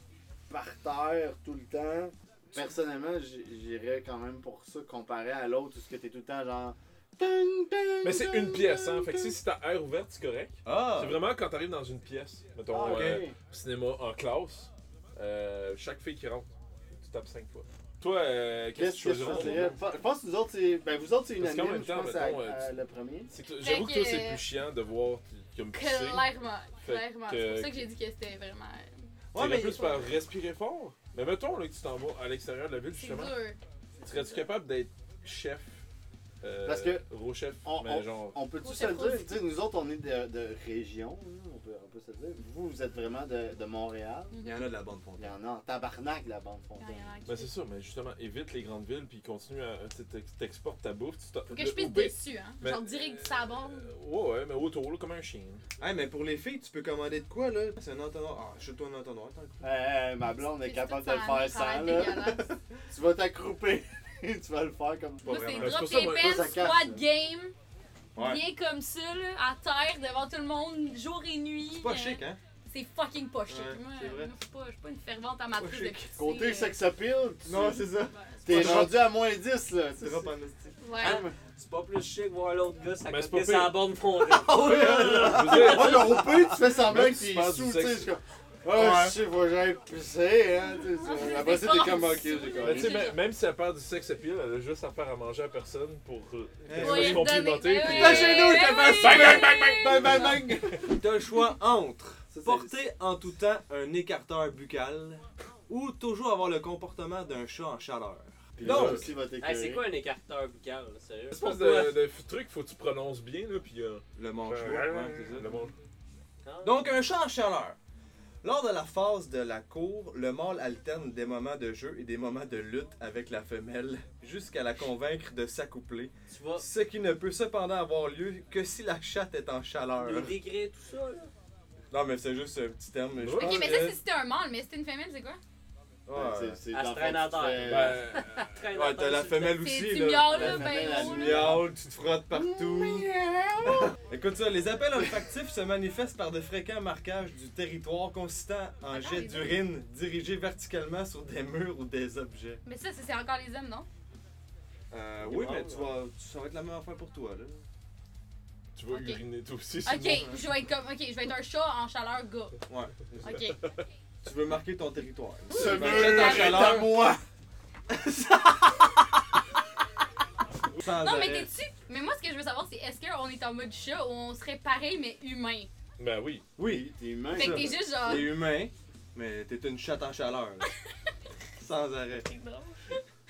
S4: par terre tout le temps. Personnellement, j- j'irais quand même pour ça, comparé à l'autre, où ce que t'es tout le temps genre.
S5: Mais
S4: Mais
S5: c'est une pièce, hein. Fait que si c'est ta air ouverte, c'est correct.
S6: Ah!
S5: C'est vraiment quand t'arrives dans une pièce, mettons,
S4: Ah, ok.
S5: euh, cinéma en classe, euh, chaque fille qui rentre, tu tapes 5 fois. Toi, euh, qu'est-ce que tu
S4: Qu'est-ce que je
S5: choisirais pour
S4: choisirais?
S5: moi?
S4: Je pense que nous autres, c'est. Ben, vous autres, c'est
S5: Parce qu'en
S4: unanime,
S5: même
S4: je
S5: temps,
S4: pense, à,
S5: mettons, euh,
S4: à
S5: tu-
S4: le premier.
S5: C'est que J'avoue que
S3: Fait
S5: toi,
S3: que-
S5: c'est plus chiant de voir qui- qui me pisser.
S3: Clairement,
S5: Fait
S3: clairement. C'est
S5: que-
S3: pour ça que j'ai dit que c'était vraiment.
S5: Ouais, mais plus par respirer fort. Mais mettons là, que tu t'en vas à l'extérieur de la ville,
S3: C'est
S5: justement.
S3: dur.
S5: Serais-tu capable d'être chef euh,
S4: Parce que-
S5: Gros chef,
S4: On-
S5: mais genre.
S4: On peut tout
S3: Faut
S4: se le
S3: s'approcher.
S4: dire, tu sais, nous autres, on est de, de région, hein, on peut, on peut se le dire. Vous, vous êtes vraiment de, de Montréal.
S6: Il y en a de la bande
S4: Il
S6: fontaine.
S4: y en a en tabarnak, la bande
S3: Quand
S4: fontaine.
S3: Ah, il y en a qui-
S5: Ben c'est ça, mais justement, évite les grandes villes, puis continue à. tu sais, t'ex- T'exportes ta bouffe, tu t'en-
S3: Faut que
S5: le-
S3: je pisse
S5: ou bien-
S3: dessus, hein.
S5: mais-
S3: Genre direct du sabon.
S5: Euh, ouais, ouais, mais autour, là, comme un chien.
S6: Hey, mais pour les filles, tu peux commander de quoi là? C'est un entonnoir. Ah, achète-toi un entonnoir. t'en coupes.
S4: Hey, hey, ma blonde est
S3: Puis
S4: capable de
S3: c'est
S4: le faire
S3: ça a
S4: sans,
S3: l'air
S4: là.
S3: dégueulasse.
S4: Tu vas t'accrouper. tu vas le faire comme
S6: Pas
S3: Moi,
S6: vraiment.
S3: c'est
S5: C'est pour
S3: drop
S5: ça,
S3: tes
S5: moi,
S4: ça,
S3: pens,
S4: ça casse, là.
S3: squad game,
S6: Ouais.
S3: bien comme ça, là, à terre, devant tout le monde, jour et nuit.
S6: C'est pas
S3: Euh,
S6: chic, hein?
S3: C'est fucking pas chic.
S6: Ouais,
S3: moi,
S6: c'est vrai.
S3: moi, je suis pas, je suis pas une fervente amatrice
S6: Pas
S3: de
S6: chic.
S3: pisser,
S4: Côté
S3: euh,
S4: sexapile, tu-
S6: ça.
S3: ouais, c'est
S4: t'es
S6: pas
S4: rendu à moins 10 là.
S6: C'est drop en esti.
S3: Ouais.
S4: Ah, mais-
S2: C'est pas plus chic voir l'autre gars
S5: Mais c'est pas
S2: s'accoter
S5: pire.
S2: sur la borne frontale. hein?
S5: Je veux dire,
S4: Ouais, mais au pire, tu fais semblant
S5: Même
S4: que
S5: si
S4: t'es
S5: tu passes du
S4: sous, tu sais.
S5: sexe.
S4: je suis comme, Ah,
S6: Ouais.
S4: je sais, faut que j'aille pisser, hein. tu sais,
S3: Ah,
S4: ça.
S3: c'est
S4: Après ça, t'es
S3: pas
S4: comme,
S3: en
S4: ok,
S3: dessous,
S4: j'ai
S3: là.
S5: mais tu sais,
S4: compris.
S5: même, même si elle perd du sexe à pile, elle a juste à faire à manger à personne pour euh, qu'elle
S6: Pour
S5: soit
S6: lui
S5: complimentée.
S3: donner-
S5: puis- euh,
S3: Ben
S4: T'es chez nous,
S3: oui.
S4: t'as fait
S5: Bang, bang,
S6: Bang,
S5: bang,
S6: bang, bang!
S2: T'as le choix entre
S4: c'est-
S2: porter en tout temps un écarteur buccal ou toujours avoir le comportement d'un chat en chaleur.
S4: Donc,
S5: Donc,
S4: aussi va t'écœurer.
S2: Hey, c'est quoi un écarteur buccal, là, sérieux?
S5: espèce de, de truc, faut que tu prononces bien, là, puis. euh,
S6: Le manchot. ouais, c'est ça.
S5: le monde.
S2: Donc,
S1: Donc un chat en chaleur. Lors de la phase de la cour, le mâle alterne des moments de jeu et des moments de lutte avec la femelle jusqu'à la convaincre de s'accoupler,
S2: tu vas
S1: ce qui ne peut cependant avoir lieu que si la chatte est en
S2: nous
S1: chaleur.
S2: décrire tout ça, là.
S1: Non mais c'est juste un petit terme. je
S5: Ok,
S1: pense
S3: Ok, mais
S1: que-
S3: ça, c'est si c'était un mâle, mais si c'était une femelle, c'est quoi?
S1: Ouais,
S4: C'est- c'est
S2: Elle se
S4: dans le
S2: traîne
S4: fond,
S2: à
S4: tu
S2: terre.
S4: fais- euh,
S5: Ben,
S2: Traîne
S1: Ouais, t'as la
S2: sur le
S1: femelle
S3: C'est
S1: aussi
S3: tu
S1: là.
S3: miaules,
S4: la
S3: là,
S4: femelle,
S3: ben
S4: elle
S3: gros,
S1: Tu
S3: là.
S1: miaules, tu te frottes partout. Écoute ça, les appels olfactifs se manifestent par de fréquents marquages du territoire consistant en
S3: Attends,
S1: jets
S3: les autres.
S1: d'urine dirigés verticalement sur des murs ou des objets.
S3: Mais ça, c'est c'est encore les hommes, non?
S1: Euh,
S4: oui, mais tu
S1: vas, ça va être la même affaire pour toi là.
S5: tu vas
S3: Ok.
S5: uriner toi aussi.
S3: Ok,
S5: sinon-
S3: je vais être comme. Ok, je vais être un chat en chaleur gars.
S1: Ouais.
S3: Ok.
S1: Tu veux marquer ton territoire.
S4: Ce
S1: Ben,
S4: mur
S1: c'est en
S4: est à
S1: chaleur.
S4: moi!
S1: Sans
S3: Non, mais
S1: arrêt.
S3: t'es-tu. Mais moi, ce que je veux savoir, c'est est-ce qu'on est en mode chat ou on serait pareil mais humain?
S5: Ben oui.
S1: Oui,
S4: T'es humain.
S3: Fait
S1: ça.
S3: que t'es juste genre.
S1: t'es humain, mais t'es une chatte en chaleur. là. Sans arrêt.
S3: Mais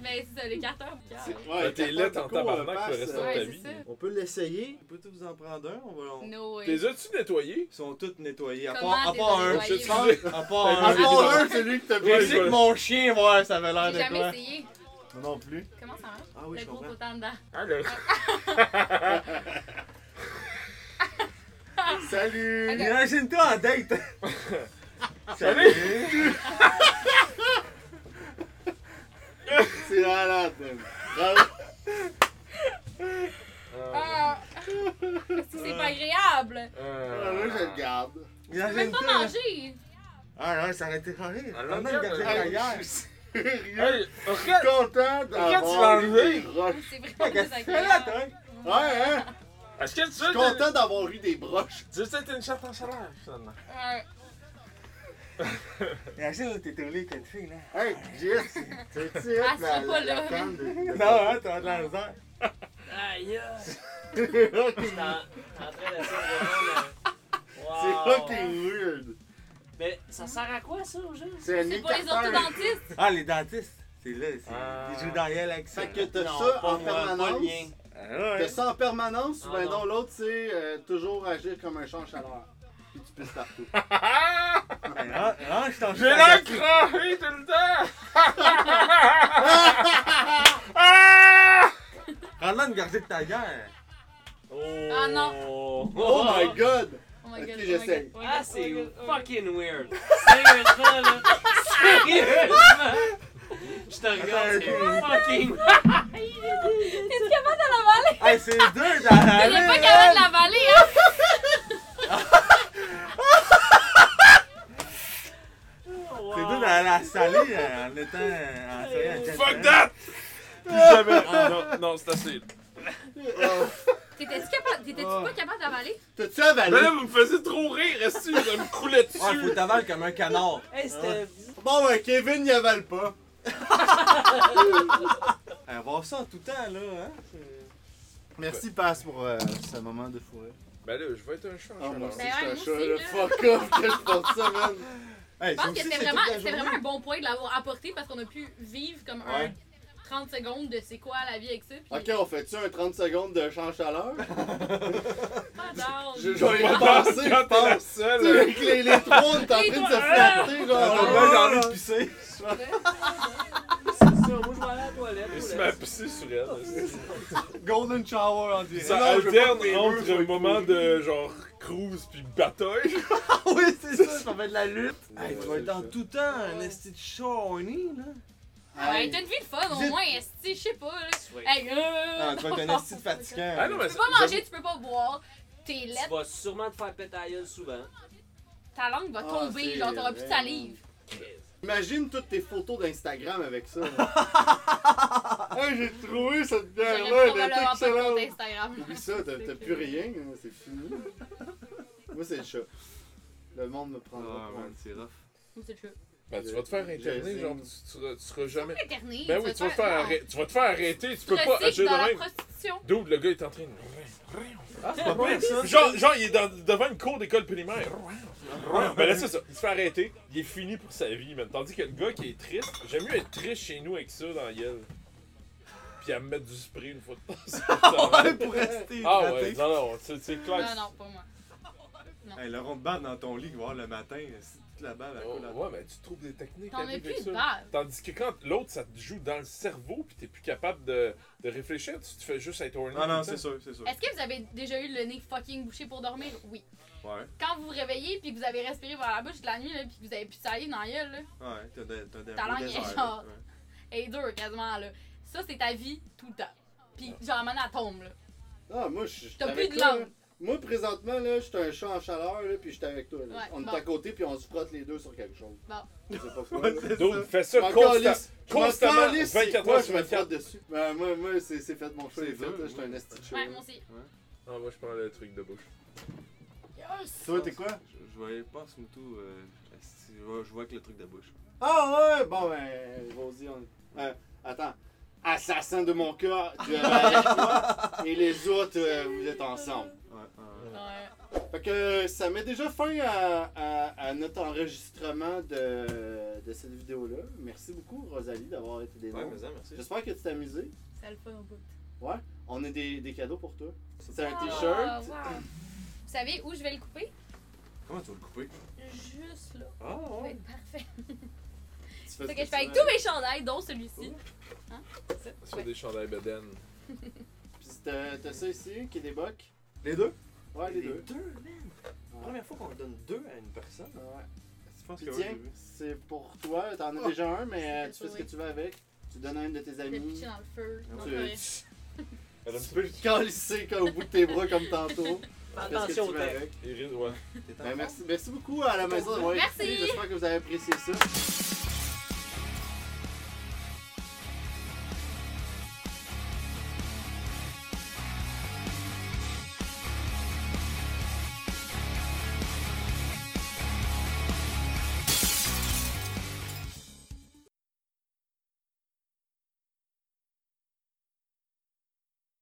S3: Ben, c'est ça, l'écarteur.
S4: C'est-
S5: Ben,
S4: ouais,
S5: t'es laite en
S4: Carton Coco,
S5: tabarnak
S4: passe,
S5: le restant
S4: euh,
S5: de ta
S3: Ouais,
S5: vie.
S3: c'est ça.
S1: On peut l'essayer. On peut tous vous en prendre un. On va, on-
S3: No way.
S5: T'es as-tu nettoyé?
S1: Ils sont tous nettoyés. À
S3: Comment
S1: part, à
S3: t'es
S1: part
S3: pas
S1: un.
S3: nettoyé?
S5: Je sais.
S1: À part
S4: À
S1: un.
S4: part un, Ah, celui que t'as
S1: J'ai
S5: Ouais,
S4: pris.
S1: essayé de mon chien, ouais, ça avait l'air
S3: J'ai
S1: de
S3: jamais
S1: quoi.
S3: essayé.
S4: Non plus.
S3: Comment ça marche?
S1: Ah oui,
S3: le
S1: je
S3: gros
S1: comprends.
S3: potin dedans.
S5: Allô?
S3: Ah!
S4: Salut!
S1: Imagine-toi en date.
S5: Salut!
S4: C'est malade, man. Bravo.
S5: Euh,
S3: Ah! Parce que c'est pas agréable.
S5: euh,
S4: Ah, Là, je le garde.
S3: Tu peux même pas
S1: Imagine-toi.
S3: manger.
S1: Ah non, ça aurait été horrible.
S5: Ah,
S1: On a
S5: l'autre,
S1: gardé
S5: euh,
S1: la
S4: Hey,
S3: Ah,
S1: guerre.
S4: Je suis sérieux
S5: Hey,
S4: content d'avoir
S5: Regarde, tu l'as
S4: eu
S5: enlevé.
S4: des roches.
S3: C'est
S1: Ah,
S3: vraiment
S1: qu'est-ce que tu fais là, toi?
S3: désagréable.
S4: Ouais, hein?
S5: est-ce que
S4: Je suis
S5: tu veux
S4: content d'avoir eu des broches.
S5: Tu veux être une chatte en chaleur, finalement?
S3: Ouais.
S1: Imagine, t'es au lit, t'es une fille, là.
S4: Hey, Jess, tu sais,
S3: Ah, c'est pas là.
S4: femme de.
S1: Non, hein, t'as de la misère.
S2: Aïe!
S4: de-
S2: T'es en t'es en train d'essayer de
S4: C'est Ah.
S2: répondre.
S4: fucking weird.
S2: Mais ça sert à quoi, ça, aux gens?
S4: C'est un
S3: C'est pour les
S4: écarteur.
S3: orthodontistes.
S1: Ah, les dentistes. C'est là, c'est.
S5: Ah.
S1: Ils jouent dans elle avec ça.
S4: Fait que t'as
S2: Non,
S4: ça
S2: pas
S4: en
S2: moi, pas le
S4: permanence.
S2: mien.
S1: Ah,
S4: T'as
S1: ouais.
S4: ça en permanence ou
S2: Ah,
S4: ben
S2: non.
S4: non, l'autre c'est euh, toujours agir comme un champ en chaleur. Puis tu pisses partout.
S1: Range ton
S5: J'ai l'air craché tout le temps! Ah!
S1: Rends-la une gorgée de ta gueule.
S5: Oh.
S3: Ah
S5: Oh
S7: Oh my
S5: my
S4: God!
S3: Oh my
S4: Ok,
S3: god.
S4: j'essaye.
S3: oh my god, oh my
S2: Ah,
S3: god,
S2: c'est
S3: oh my god, oh my god.
S2: fucking weird. Sérieusement, là. Sérieusement. Je te regarde, c'est fucking.
S3: T'es-tu capable de l'avaler?
S1: Hey, Ah. c'est deux
S3: Elle
S1: dans
S3: est pas capable de l'avaler, hein?
S1: C'est deux dans la salée euh, en étant. euh, en souriant, en
S5: Fuck
S1: jet-set.
S5: that! Plus jamais. Ah, non, non, c'est assez.
S4: Oh.
S3: T'étais-tu capable- t'étais-tu
S1: Oh.
S3: pas capable d'avaler?
S4: T'as-tu
S5: Mais
S4: avalé?
S5: là, vous me faisiez trop rire, est-ce que ça me croulait dessus?
S1: Ouais, Ah, faut t'avaler comme un canard.
S2: Hey, c'était.
S4: Bon, ben, Kevin n'y avale pas.
S1: On va Euh, ça en tout temps, là. Hein?
S4: Merci, Passe, pour euh, ce moment de fourrure.
S5: Ben là, je vais être un chat.
S4: Ah, moi aussi,
S3: Ben ouais,
S4: j'étais un
S3: moi
S4: chat,
S3: aussi,
S4: là.
S3: là.
S4: Fuck off que je porte ça, man.
S1: Hey,
S3: Je
S1: ça
S3: pense que
S1: aussi,
S3: c'était
S1: c'est
S3: vraiment,
S1: toute la
S3: c'était
S1: journée.
S3: vraiment un bon point de l'avoir apporté parce qu'on a pu vivre comme
S1: Ouais.
S3: un 30 secondes de c'est quoi la vie avec ça. Puis
S4: Ok, on fait-tu un 30 secondes de change à l'heure?
S3: pas d'âge.
S4: Je je vais y
S5: Quand
S4: penser,
S5: t'es
S4: je
S5: la
S4: pense. Tu sais,
S5: seule. euh,
S4: Avec les, les trois, on est en train de se
S3: hein?
S4: flatter, genre. hein?
S1: Ah,
S4: là.
S1: ben, j'ai envie de pisser.
S2: C'est ça, moi je vais aller à la toilette.
S5: Et
S2: ou
S5: si
S2: là-
S5: m'a pissé sur elle. est-ce que-
S4: Golden shower en direct.
S5: Ça
S4: Non, je veux pas
S5: alterne
S4: que mes murs
S5: entre
S4: soient
S5: un moment
S4: pourris.
S5: de genre cruise puis bataille.
S1: oui, c'est ça, ça fait de la lutte. Hey,
S4: Ouais,
S1: tu vas être dans
S4: c'est
S1: tout temps un esti de shawny, là.
S3: Ouais, t'as une vie de fun au
S4: Vite.
S3: moins, esti, je sais pas. Là.
S2: Oui.
S3: Hey, euh,
S1: Ah, tu vas être un esti de fatigant.
S5: Ah non, mais
S3: Tu peux pas manger, tu peux pas boire. T'es
S2: Tu
S3: lettre,
S2: vas sûrement te faire péter la gueule souvent.
S3: ta langue va
S4: Ah,
S3: tomber,
S4: c'est
S3: genre t'auras plus de
S4: vraiment-
S3: salive.
S4: Imagine toutes tes photos d'Instagram avec ça. hey, j'ai trouvé cette bière-là,
S3: J'aurais
S4: elle est
S3: probablement pas de compte
S4: excellente.
S3: Instagram.
S4: Oublie ça, t'as t'as plus rien, hein, c'est fini. Moi, c'est le chat. Le monde me prendra pour un
S1: Ah, c'est rough.
S3: Ou c'est le
S5: Ben, tu vas te faire interner,
S4: Je-
S5: genre, tu, tu, seras- tu seras jamais.
S3: Éterné,
S5: Ben oui, tu vas, te faire arrêter, tu vas te faire arrêter, tu peux pas
S3: Tu
S5: agir de
S3: dans la
S5: même.
S3: prostitution.
S5: Dude, le gars est en train
S1: Ah, c'est pas pire, ça.
S5: de. Genre, genre il est dans- devant une cour d'école primaire. Ben là, c'est ça. Il se fait arrêter, il est fini pour sa vie, man. Tandis que le gars qui est triste, j'aime mieux être triste chez nous avec ça dans la gueule. Puis à me mettre du spray une fois de temps.
S1: Ouais, pour rester
S5: Ah
S1: hydraté.
S5: ouais, non, non, c'est c'est clair. que
S3: Non, non, pas moi.
S1: Hey, le rond de balle dans ton lit, voir le matin, si toute la balle, elle coule dans
S5: Oh, ouais, mais tu trouves des techniques. à
S3: T'en as
S5: vivre
S3: plus de
S5: avec ça.
S3: bave.
S5: Tandis que quand l'autre, ça te joue dans le cerveau, puis t'es plus capable de, de réfléchir, tu te fais juste être horny.
S4: Ah
S1: Non, non,
S5: tout
S1: c'est
S5: le
S1: sûr, c'est sûr.
S3: Est-ce que vous avez déjà eu le nez fucking bouché pour dormir? Oui.
S1: Ouais,
S3: Quand vous vous réveillez puis que vous avez respiré par la bouche de la nuit là, puis que vous avez plus de salive dans la gueule, là,
S1: ouais, t'as des t'as des-
S3: Ta
S1: un
S3: langue
S1: beau
S3: est
S1: désert,
S3: genre-
S1: là, ouais.
S3: elle est dure quasiment là. Ça, c'est ta vie tout le temps. Puis genre, maintenant, elle tombe là.
S4: Ah, moi, je suis
S3: T'as
S4: avec
S3: plus de
S4: toi,
S3: langue.
S4: là. Moi, présentement, là, je suis un chat en chaleur, là, puis j'étais avec toi. là.
S3: Ouais,
S4: on
S3: bon.
S4: est à côté, puis on se frotte les deux sur quelque chose.
S3: Bon.
S4: Je sais pas quoi. là.
S5: temps. Dude, fais ça
S4: Je m'en
S5: constamment.
S4: calisse. Je m'en
S5: Constamment,
S4: calisse, c'est
S5: 24
S4: quoi,
S5: heures
S4: je
S5: sur
S4: me frotte
S5: 24.
S4: dessus. Ben, moi, moi c'est c'est fait mon choix,
S1: C'est
S4: c'est fait.
S1: dur,
S4: là, J'étais
S1: oui.
S4: un esti de chat,
S3: Ouais,
S4: là.
S3: moi aussi.
S5: Non, Ah, moi, je prends le truc de bouche.
S3: Yes!
S4: Toi, t'es quoi?
S1: Je, je vais pas ce moutou, euh, esti, je vois- je vois que le truc de bouche.
S4: Ah ouais, bon ben, vas-y, on... euh, attends. Assassin de mon cœur, tu es et les autres, euh, vous êtes ensemble.
S1: Ouais, ouais.
S3: Ouais.
S4: Fait que ça met déjà fin à, à- à notre enregistrement de, de cette vidéo-là. Merci beaucoup, Rosalie, d'avoir été des
S1: Ouais,
S4: nôtres.
S1: mais ça, merci.
S4: J'espère que tu t'es amusé.
S3: Ça le fait un bout.
S4: Ouais, on a des, des cadeaux pour toi. C'est un
S3: Ah,
S4: t-shirt.
S3: wow. Vous savez où je vais le couper?
S1: Comment tu vas le couper?
S3: Juste là.
S1: Ah,
S3: Ça va
S1: ouais.
S3: être parfait.
S4: Tu fais
S3: C'est
S4: ce
S3: ce
S4: Oh. que
S3: que je
S4: tu Oh.
S3: fais avec
S4: veux.
S3: tous mes chandails, dont celui-ci. Hein? Ça,
S5: Sur
S3: ouais.
S5: des chandails beden.
S4: Puis t'as t'as ça ici, qui déboque.
S1: Ah, Les deux?
S4: Ouais, les deux.
S1: man.
S4: Ouais.
S1: Première fois qu'on donne deux à une personne.
S4: Ouais.
S1: Je pense
S4: Puis
S1: que
S4: tiens, c'est pour toi. T'en as déjà un, mais euh, tu fais ce que tu veux avec. Tu donnes à une de tes
S3: Je vais le
S4: amies.
S3: pitcher dans le feu.
S4: Tu,
S3: Non, c'est vrai.
S4: tu peux le calisser comme au bout de tes bras comme tantôt. Tu fais ce que
S2: Attention
S4: tu
S2: au
S4: veux
S2: texte.
S4: avec.
S5: Iris, ouais.
S4: Ben, merci, merci beaucoup à la maison d'avoir
S3: Merci.
S4: écouté. J'espère que vous avez apprécié ça.